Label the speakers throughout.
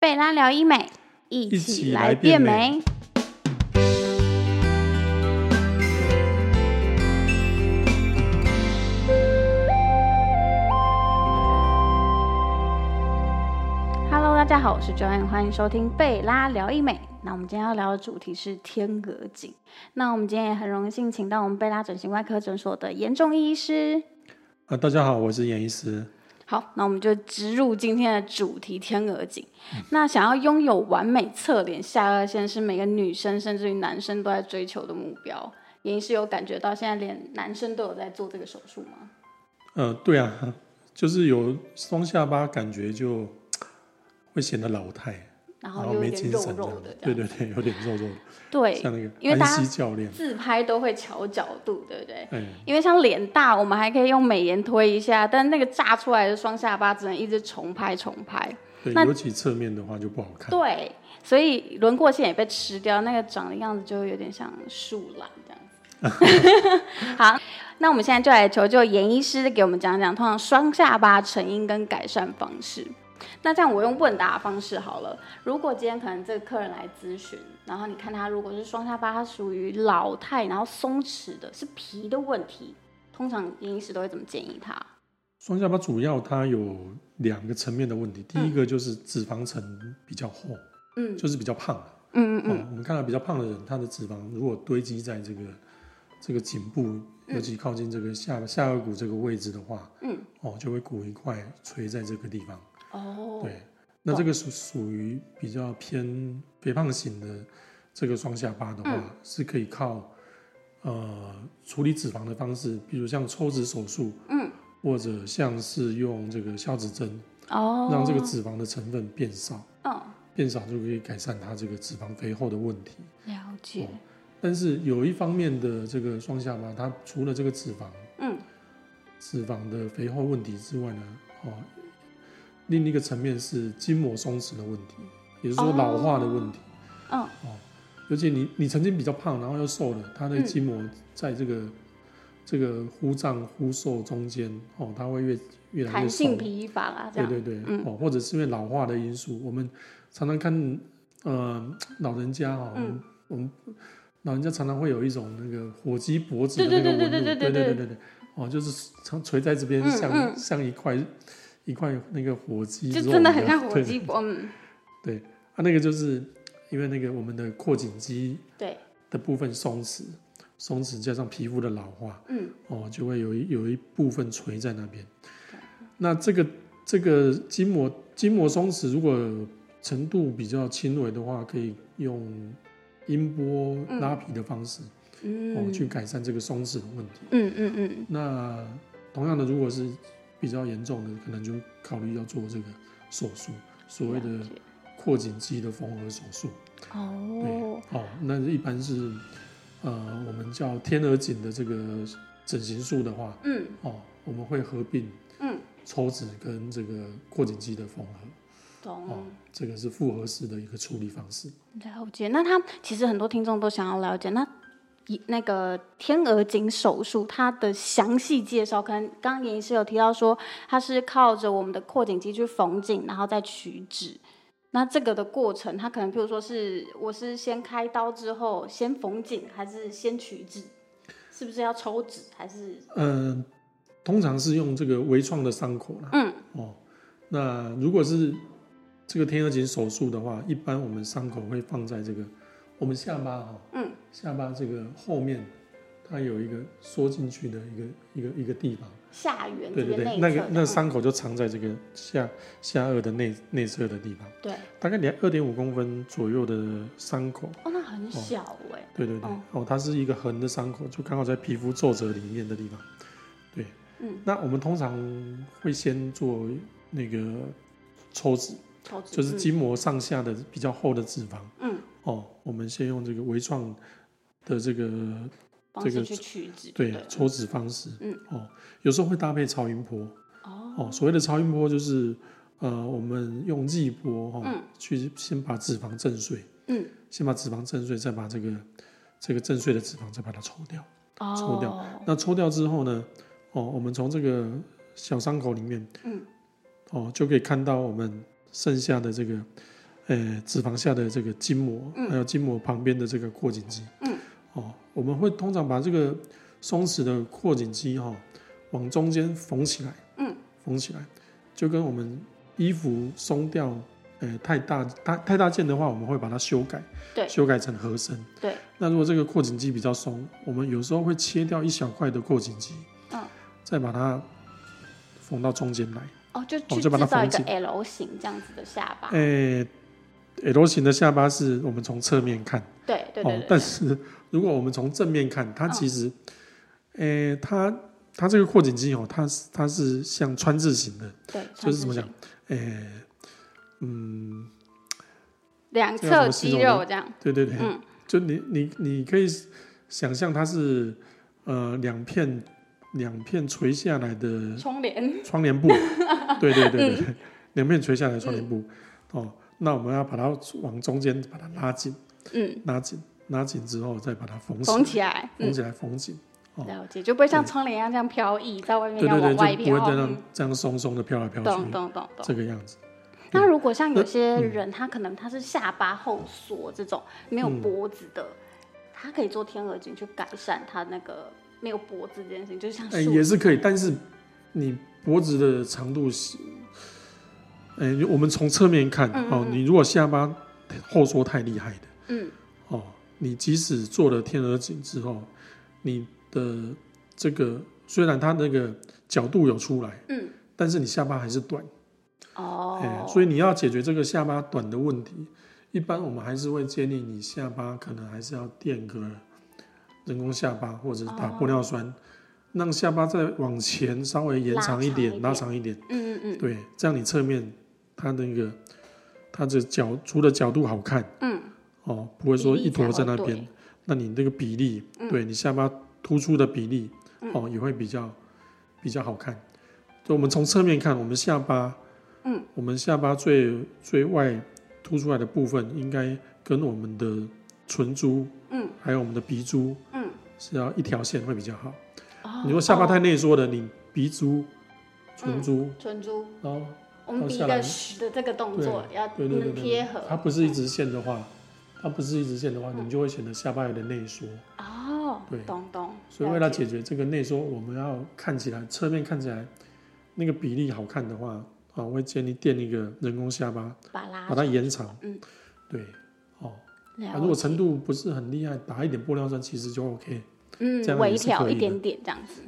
Speaker 1: 贝拉聊医美，一
Speaker 2: 一
Speaker 1: 起
Speaker 2: 起
Speaker 1: 来
Speaker 2: 来
Speaker 1: 变
Speaker 2: 变
Speaker 1: 美。Hello，大家好，我是 Joanne，欢迎收听贝拉聊医美。那我们今天要聊的主题是天鹅颈。那我们今天也很荣幸请到我们贝拉整形外科诊所的严仲医师。
Speaker 2: 啊，大家好，我是严医师。
Speaker 1: 好，那我们就直入今天的主题——天鹅颈。那想要拥有完美侧脸下颚线，是每个女生甚至于男生都在追求的目标。严医师有感觉到现在连男生都有在做这个手术吗？
Speaker 2: 呃，对啊，就是有双下巴，感觉就会显得老态，
Speaker 1: 然
Speaker 2: 然
Speaker 1: 后有
Speaker 2: 没
Speaker 1: 一点
Speaker 2: 精
Speaker 1: 肉
Speaker 2: 神这
Speaker 1: 肉
Speaker 2: 样
Speaker 1: 的这
Speaker 2: 对
Speaker 1: 样，
Speaker 2: 对对，有点肉肉的，
Speaker 1: 对，
Speaker 2: 像那
Speaker 1: 因为
Speaker 2: 个
Speaker 1: 大
Speaker 2: 安
Speaker 1: 家
Speaker 2: 西教练，
Speaker 1: 自拍都会调角度，对不对？
Speaker 2: 哎，
Speaker 1: 因为像脸大，我们还可以用美颜推一下，但那个炸出来的双下巴只能一直重拍重拍。
Speaker 2: 对，
Speaker 1: 那
Speaker 2: 尤其侧面的话就不好看。
Speaker 1: 对，所以轮廓线也被吃掉，那个长的样子就有点像树懒这样子。好，那我们现在就来求救严医师给我们讲讲，通常双下巴成因跟改善方式。那这样我用问答的方式好了。如果今天可能这个客人来咨询，然后你看他如果是双下巴，他属于老态，然后松弛的，是皮的问题，通常严医师都会怎么建议他？
Speaker 2: 双下巴主要它有两个层面的问题，第一个就是脂肪层比较厚，
Speaker 1: 嗯
Speaker 2: 就是比较胖。
Speaker 1: 嗯嗯嗯，
Speaker 2: 哦，我们看到比较胖的人，他的脂肪如果堆积在这个这个颈部，尤其靠近这个下下颚骨这个位置的话，
Speaker 1: 嗯，
Speaker 2: 哦，就会鼓一块垂在这个地方。
Speaker 1: 哦，
Speaker 2: 对，那这个属属于比较偏肥胖型的这个双下巴的话，
Speaker 1: 嗯
Speaker 2: 是可以靠呃处理脂肪的方式，比如像抽脂手术，
Speaker 1: 嗯，
Speaker 2: 或者像是用这个消脂针，
Speaker 1: 哦，
Speaker 2: 让这个脂肪的成分变少，
Speaker 1: 嗯，
Speaker 2: 变少就可以改善它这个脂肪肥厚的问题。
Speaker 1: 了解，
Speaker 2: 但是有一方面的这个双下巴，它除了这个脂肪，
Speaker 1: 嗯，
Speaker 2: 脂肪的肥厚问题之外呢，哦，另一个层面是筋膜松弛的问题，也就是说
Speaker 1: 哦
Speaker 2: 老化的问题。哦
Speaker 1: 嗯
Speaker 2: 尤其你你曾经比较胖，然后又瘦了，它的
Speaker 1: 嗯
Speaker 2: 筋膜在这个、这个忽胀忽瘦中间，哦，它会越越来越
Speaker 1: 弹
Speaker 2: 松。
Speaker 1: 性疲乏啦，这
Speaker 2: 对
Speaker 1: 样。
Speaker 2: 对对，
Speaker 1: 嗯
Speaker 2: 哦，或者是因为老化的因素，我们常常看，呃，老人家哦，
Speaker 1: 嗯
Speaker 2: 我们老人家常常会有一种那个火鸡脖子的
Speaker 1: 对
Speaker 2: 那个
Speaker 1: 对
Speaker 2: 纹
Speaker 1: 对
Speaker 2: 路，
Speaker 1: 对对对
Speaker 2: 对
Speaker 1: 对
Speaker 2: 对对，哦，就是常垂在这边
Speaker 1: 嗯
Speaker 2: 像，像
Speaker 1: 嗯
Speaker 2: 一块一块那个火鸡
Speaker 1: 就
Speaker 2: 肉一样，
Speaker 1: 真的很像火
Speaker 2: 对
Speaker 1: 鸡脖，嗯，
Speaker 2: 对，啊，那个就是因为那个我们的阔颈肌
Speaker 1: 对，
Speaker 2: 的部分松弛，松弛加上皮肤的老化，
Speaker 1: 嗯，
Speaker 2: 哦，就会有一有一部分垂在那边。那这个这个筋膜筋膜松弛，如果程度比较轻微的话，可以用音波
Speaker 1: 嗯
Speaker 2: 拉皮的方式、哦
Speaker 1: 嗯，
Speaker 2: 去改善这个松弛的问题。
Speaker 1: 嗯嗯嗯，
Speaker 2: 那同样的，如果是比较严重的，可能就考虑要做这个手术，所谓
Speaker 1: 了
Speaker 2: 的
Speaker 1: 解
Speaker 2: 扩颈肌的缝合手术。
Speaker 1: 哦，
Speaker 2: 哦，那一般是呃我们叫天鹅颈的这个整形术的话，
Speaker 1: 嗯
Speaker 2: 哦，我们会合并
Speaker 1: 嗯，
Speaker 2: 抽脂跟这个扩颈肌的缝合，哦
Speaker 1: 懂，，
Speaker 2: 这个是复合式的一个处理方式。
Speaker 1: 了解。那他其实很多听众都想要了解，那一那个天鹅颈手术它的详细介绍，可能刚刚严医师有提到说，它是靠着我们的扩颈肌去缝紧，然后再取脂。那这个的过程，它可能譬如说是我是先开刀之后先缝紧，还是先取脂？是不是要抽脂？还是
Speaker 2: 嗯、通常是用这个微创的伤口啦，
Speaker 1: 嗯
Speaker 2: 哦，那如果是这个天鹅颈手术的话，一般我们伤口会放在这个我们下巴哈、哦，
Speaker 1: 嗯，
Speaker 2: 下巴这个后面。它有一个缩进去的一个一个一个地方，
Speaker 1: 下缘这
Speaker 2: 对对
Speaker 1: 边
Speaker 2: 对，
Speaker 1: 内
Speaker 2: 那
Speaker 1: 侧
Speaker 2: 个
Speaker 1: 的？
Speaker 2: 那伤口就藏在这个下下颚的内内侧的地方。
Speaker 1: 嗯对，
Speaker 2: 大概两二点五公分左右的伤口，
Speaker 1: 哦，那很小哎、
Speaker 2: 对对对，
Speaker 1: 哦
Speaker 2: 哦它是一个横的伤口，就刚好在皮肤皱褶里面的地方。对，
Speaker 1: 嗯，
Speaker 2: 那我们通常会先做那个抽脂，
Speaker 1: 抽脂
Speaker 2: 就是筋膜上下的比较厚的脂肪。
Speaker 1: 嗯，
Speaker 2: 哦，我们先用这个微创的这个
Speaker 1: 方
Speaker 2: 这
Speaker 1: 式
Speaker 2: 个
Speaker 1: 去取脂，
Speaker 2: 对
Speaker 1: 对，
Speaker 2: 抽脂方式。
Speaker 1: 嗯，
Speaker 2: 哦，有时候会搭配超音波。
Speaker 1: 哦，
Speaker 2: 哦，所谓的超音波就是呃，我们用热波哈、哦
Speaker 1: 嗯
Speaker 2: 去先把脂肪震碎。
Speaker 1: 嗯，
Speaker 2: 先把脂肪震碎，再把这个这个震碎的脂肪再把它抽掉。
Speaker 1: 哦，
Speaker 2: 抽掉那抽掉之后呢，哦，我们从这个小伤口里面，
Speaker 1: 嗯，
Speaker 2: 哦，就可以看到我们剩下的这个呃脂肪下的这个筋膜，
Speaker 1: 嗯
Speaker 2: 还有筋膜旁边的这个扩颈肌。嗯，哦，我们会通常把这个松弛的扩颈肌哈、往中间缝起来。
Speaker 1: 嗯，
Speaker 2: 缝起来，就跟我们衣服松掉，呃，太大太太大件的话，我们会把它修改，
Speaker 1: 对
Speaker 2: 修改成合身。
Speaker 1: 对，
Speaker 2: 那如果这个扩颈肌比较松，我们有时候会切掉一小块的扩颈肌，
Speaker 1: 嗯，
Speaker 2: 再把它缝到中间来。
Speaker 1: 哦，就
Speaker 2: 哦
Speaker 1: 去
Speaker 2: 就
Speaker 1: 制
Speaker 2: 把它
Speaker 1: 造一
Speaker 2: 缝
Speaker 1: 个
Speaker 2: 哎紧
Speaker 1: L 型这样子的下巴。
Speaker 2: 诶、l 型的下巴是我们从侧面看，
Speaker 1: 对对对对
Speaker 2: 哦，但是如果我们从正面看，它其实，诶、它它这个扩颈肌哦，它是它是像川字形的，
Speaker 1: 对，
Speaker 2: 就是怎么
Speaker 1: 上
Speaker 2: 讲
Speaker 1: 身，
Speaker 2: 哎诶、嗯，
Speaker 1: 两
Speaker 2: 这要怎
Speaker 1: 侧
Speaker 2: 么形
Speaker 1: 肌
Speaker 2: 容呢
Speaker 1: 肉这样。
Speaker 2: 对对对，
Speaker 1: 嗯
Speaker 2: 就你你你可以想象它是呃两片两片垂下来的
Speaker 1: 冲脸，
Speaker 2: 窗帘 布，对对对对
Speaker 1: 嗯
Speaker 2: 对，两片垂下来的窗帘布、哦，那我们要把它往中间把它拉紧，
Speaker 1: 嗯，
Speaker 2: 拉紧，拉紧之后再把它缝起
Speaker 1: 缝
Speaker 2: 来，
Speaker 1: 起来，
Speaker 2: 缝
Speaker 1: 嗯，
Speaker 2: 起来，缝紧。哦
Speaker 1: 了解，就不会像
Speaker 2: 对
Speaker 1: 窗帘一样这样飘逸，在外面
Speaker 2: 对
Speaker 1: 要
Speaker 2: 对
Speaker 1: 往外
Speaker 2: 对，就不
Speaker 1: 飘
Speaker 2: 会。再让
Speaker 1: 嗯
Speaker 2: 这样松松的飘来飘
Speaker 1: 懂
Speaker 2: 去，
Speaker 1: 懂懂懂。
Speaker 2: 这个样子。
Speaker 1: 那如果像有
Speaker 2: 那嗯
Speaker 1: 些人，他可能他是下巴后缩这种没有
Speaker 2: 嗯
Speaker 1: 脖子的，他可以做天鹅颈去改善他那个没有脖子这件事情，就像
Speaker 2: 哎、
Speaker 1: 树
Speaker 2: 也是可以，但是你脖子的长度是，哎、我们从侧面看
Speaker 1: 嗯嗯
Speaker 2: 哦，
Speaker 1: 嗯
Speaker 2: 你如果下巴后缩太厉害的
Speaker 1: 嗯
Speaker 2: 哦，你即使做了天鹅颈之后，你的这个虽然它那个角度有出来，
Speaker 1: 嗯
Speaker 2: 但是你下巴还是短，哎、
Speaker 1: 哦，
Speaker 2: 所
Speaker 1: 以
Speaker 2: 以你要解决这个下巴短的问题，一般我们还是会建议你下巴可能还是要垫个人工下巴，或者是打玻
Speaker 1: 哦
Speaker 2: 尿酸，让下巴再往前稍微延长一点，
Speaker 1: 拉
Speaker 2: 拉
Speaker 1: 长
Speaker 2: 长一点，
Speaker 1: 嗯嗯嗯
Speaker 2: 对，这样你侧面它那个它的角除了角度好看
Speaker 1: 嗯，
Speaker 2: 哦，不会说
Speaker 1: 比例
Speaker 2: 一坨
Speaker 1: 才
Speaker 2: 在那
Speaker 1: 会
Speaker 2: 边，那你那个比例，
Speaker 1: 嗯
Speaker 2: 对你下巴突出的比例哦，也会比较比较好看。就我们从侧面看，我们下巴，
Speaker 1: 嗯，
Speaker 2: 我们下巴最最外凸出来的部分，应该跟我们的唇珠，
Speaker 1: 嗯，
Speaker 2: 还有我们的鼻珠，
Speaker 1: 嗯，
Speaker 2: 是要一条线会比较好。
Speaker 1: 哦
Speaker 2: 你说下巴
Speaker 1: 哦
Speaker 2: 太内缩了，你鼻珠、唇
Speaker 1: 嗯
Speaker 2: 珠，
Speaker 1: 唇珠，
Speaker 2: 然后
Speaker 1: 我们
Speaker 2: 到
Speaker 1: 比一
Speaker 2: 哦下来
Speaker 1: 个十的这个动作要
Speaker 2: 对对对
Speaker 1: 能
Speaker 2: 对
Speaker 1: 贴
Speaker 2: 对
Speaker 1: 合，
Speaker 2: 它不是一直线的话，它不是一直线的话，
Speaker 1: 嗯
Speaker 2: 你就会显得下巴有点内缩。
Speaker 1: 哦
Speaker 2: 对，
Speaker 1: 懂懂，
Speaker 2: 所以为了
Speaker 1: 解
Speaker 2: 解决这个内缩，我们要看起来侧面看起来那个比例好看的话，啊，我会建议垫一个人工下巴，
Speaker 1: 把拉
Speaker 2: 把它延长。
Speaker 1: 嗯，
Speaker 2: 对，哦，
Speaker 1: 了
Speaker 2: 啊，如果
Speaker 1: 解
Speaker 2: 程度不是很厉害，打一点玻尿酸其实就 OK。
Speaker 1: 嗯
Speaker 2: 这样
Speaker 1: 微
Speaker 2: 也是
Speaker 1: 调
Speaker 2: 可
Speaker 1: 一
Speaker 2: 以的
Speaker 1: 点点这样子。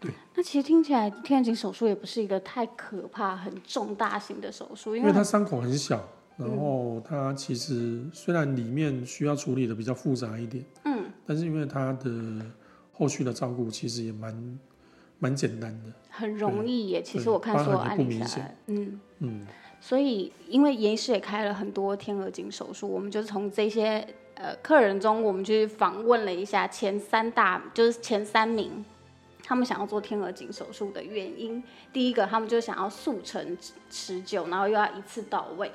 Speaker 2: 对，
Speaker 1: 那其实听起来天眼颈手术也不是一个太可怕、很重大型的手术，因
Speaker 2: 因
Speaker 1: 为
Speaker 2: 为它伤口很小，然
Speaker 1: 嗯
Speaker 2: 后它其实虽然里面需要处理的比较复杂一点，
Speaker 1: 嗯，
Speaker 2: 但是因为它的后续的照顾其实也蛮蛮简单的，
Speaker 1: 很容易耶。其实
Speaker 2: 对
Speaker 1: 我看
Speaker 2: 疤
Speaker 1: 所有
Speaker 2: 痕也
Speaker 1: 案
Speaker 2: 不
Speaker 1: 例
Speaker 2: 明
Speaker 1: 下来
Speaker 2: 显，
Speaker 1: 嗯，
Speaker 2: 嗯，
Speaker 1: 所以因为严医师也开了很多天鹅颈手术，我们就是从这些呃客人中，我们去访问了一下前三大，就是前三名。他们想要做天鹅颈手术的原因，第一个，他们就想要速成持久，然后又要一次到位，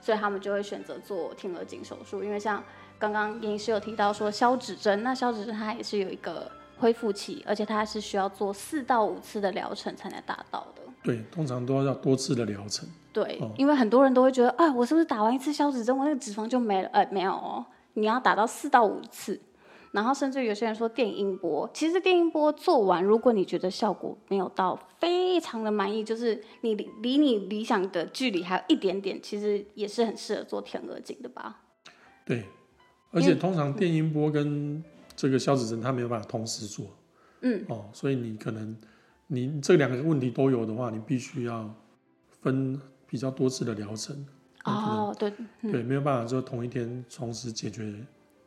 Speaker 1: 所以他们就会选择做天鹅颈手术。因为像刚刚严医师有提到说消脂针，那消脂针它也是有一个恢复期，而且它是需要做四到五次的疗程才能达到的。
Speaker 2: 对，通常都要多次的疗程。
Speaker 1: 对，
Speaker 2: 哦
Speaker 1: 因为很多人都会觉得，啊，我是不是打完一次消脂针，我那个脂肪就没了？呃，没有哦，你要打到四到五次。然后甚至有些人说电音波，其实电音波做完，如果你觉得效果没有到非常的满意，就是你离离你理想的距离还有一点点，其实也是很适合做天鹅颈的吧？
Speaker 2: 对，而且通常电音波跟这个消脂针它没有办法同时做，
Speaker 1: 嗯，
Speaker 2: 哦，所以你可能你这两个问题都有的话，你必须要分比较多次的疗程，
Speaker 1: 哦，对，
Speaker 2: 对，没有办法就同一天同时解决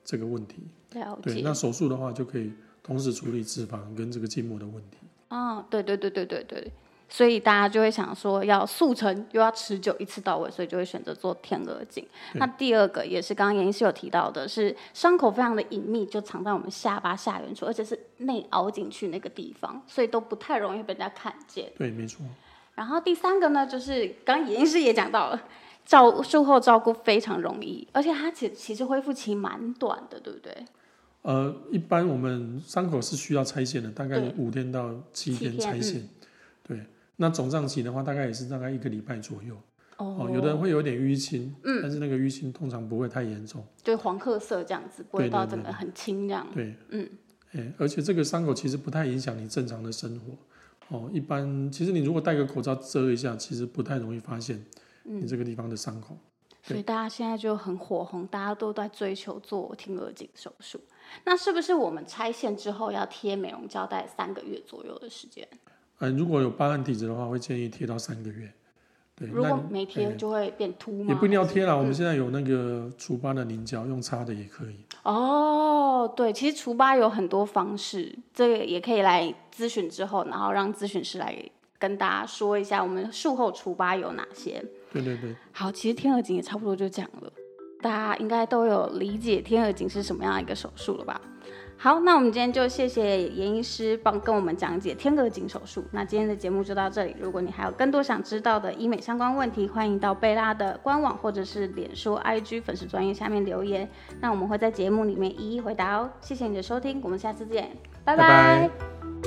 Speaker 2: 这个问题。
Speaker 1: 了
Speaker 2: 对，
Speaker 1: 解。
Speaker 2: 那手术的话就可以同时处理脂肪跟这个筋膜的问题。
Speaker 1: 哦，对对对对对对，所以大家就会想说要速成又要持久一次到位，所以就会选择做天鹅颈。那第二个也是刚刚严医师有提到的是，伤口非常的隐秘，就藏在我们下巴下缘处，而且是内凹进去那个地方，所以都不太容易被人家看见。
Speaker 2: 对，没错。
Speaker 1: 然后第三个呢，就是刚刚严医师也讲到了，照术后照顾非常容易，而且它其其实恢复期蛮短的，对不对？
Speaker 2: 呃，一般我们伤口是需要拆线的，大概
Speaker 1: 对
Speaker 2: 五天到七
Speaker 1: 嗯七
Speaker 2: 天
Speaker 1: 天
Speaker 2: 拆
Speaker 1: 嗯
Speaker 2: 线。对，那肿胀期的话，大概也是大概一个礼拜左右。哦，有的人会有点淤青，
Speaker 1: 嗯
Speaker 2: 但是那个淤青通常不会太严重，
Speaker 1: 就是黄褐色这样子，不会
Speaker 2: 对对
Speaker 1: 到
Speaker 2: 对
Speaker 1: 整个很青这样。
Speaker 2: 对，
Speaker 1: 嗯，
Speaker 2: 哎，而且这个伤口其实不太影响你正常的生活。哦，一般其实你如果戴个口罩遮一下，其实不太容易发现
Speaker 1: 嗯
Speaker 2: 你这个地方的伤口。
Speaker 1: 所以大家现在就很火红，大家都在追求做听额颈手术。那是不是我们拆线之后要贴美容胶带三个月左右的时间？
Speaker 2: 嗯、如果有疤痕体质的话，会建议贴到三个月。对，
Speaker 1: 如果
Speaker 2: 那
Speaker 1: 没贴就会变秃吗？嗯
Speaker 2: 也不一定要贴啦，我们现在有那个除疤的凝胶，用擦的也可以。
Speaker 1: 哦，对，其实除疤有很多方式，这个也可以来咨询之后，然后让咨询师来跟大家说一下我们术后除疤有哪些。
Speaker 2: 对对对，
Speaker 1: 好，其实天鹅颈也差不多就这样了，大家应该都有理解天鹅颈是什么样的一个手术了吧？好，那我们今天就谢谢严医师帮跟我们讲解天鹅颈手术。那今天的节目就到这里，如果你还有更多想知道的医美相关问题，欢迎到贝拉的官网或者是脸书、IG 粉丝专页下面留言，那我们会在节目里面一一回答哦。谢谢你的收听，我们下次见，拜
Speaker 2: 拜拜